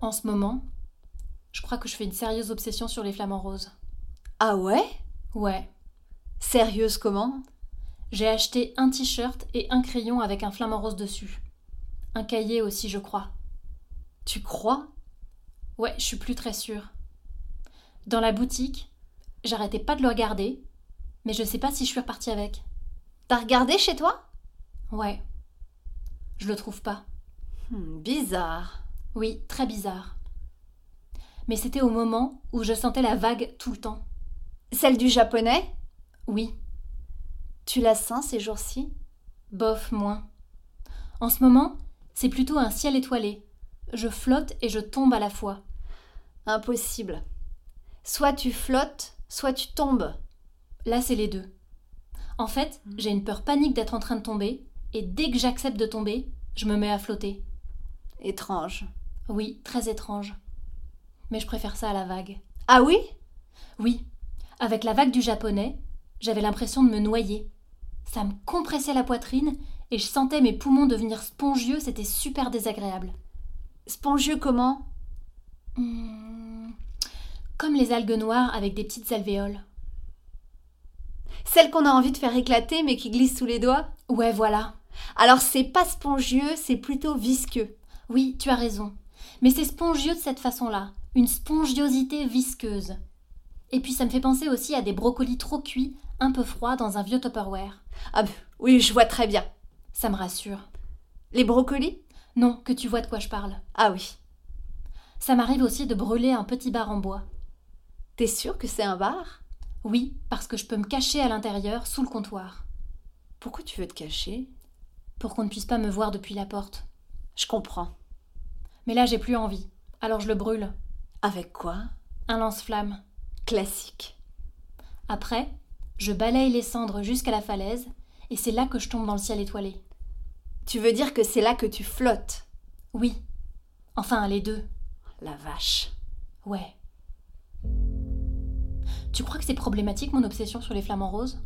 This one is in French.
En ce moment, je crois que je fais une sérieuse obsession sur les flamants roses. Ah ouais Ouais. Sérieuse comment J'ai acheté un t-shirt et un crayon avec un flamant rose dessus. Un cahier aussi, je crois. Tu crois Ouais, je suis plus très sûre. Dans la boutique, j'arrêtais pas de le regarder, mais je sais pas si je suis repartie avec. T'as regardé chez toi Ouais. Je le trouve pas. Hmm, Bizarre. Oui, très bizarre. Mais c'était au moment où je sentais la vague tout le temps. Celle du japonais Oui, Tu la sens ces jours-ci bof moins. En ce moment, c'est plutôt un ciel étoilé. Je flotte et je tombe à la fois. Impossible. Soit tu flottes, soit tu tombes. Là, c'est les deux. En fait, j'ai une peur panique d'être en train de tomber, et dès que j'accepte de tomber, je me mets à flotter. Étrange. Oui, très étrange. Mais je préfère ça à la vague. Ah oui Oui, avec la vague du japonais, j'avais l'impression de me noyer. Ça me compressait la poitrine et je sentais mes poumons devenir spongieux, c'était super désagréable. Spongieux comment Hmm, Comme les algues noires avec des petites alvéoles. Celle qu'on a envie de faire éclater mais qui glisse sous les doigts Ouais, voilà. Alors c'est pas spongieux, c'est plutôt visqueux. Oui, tu as raison. Mais c'est spongieux de cette façon-là, une spongiosité visqueuse. Et puis ça me fait penser aussi à des brocolis trop cuits, un peu froids dans un vieux Tupperware. Ah bah, oui, je vois très bien. Ça me rassure. Les brocolis Non, que tu vois de quoi je parle. Ah oui. Ça m'arrive aussi de brûler un petit bar en bois. T'es sûr que c'est un bar Oui, parce que je peux me cacher à l'intérieur, sous le comptoir, Pourquoi tu veux te cacher pour qu'on ne puisse pas me voir depuis la porte. Je comprends. Mais là, j'ai plus envie. Alors je le brûle. Avec quoi Un lance-flamme. Classique. Après, je balaye les cendres jusqu'à la falaise, et c'est là que je tombe dans le ciel étoilé. Tu veux dire que c'est là que tu flottes Oui. Enfin, les deux. La vache. Ouais. Tu crois que c'est problématique mon obsession sur les flamants roses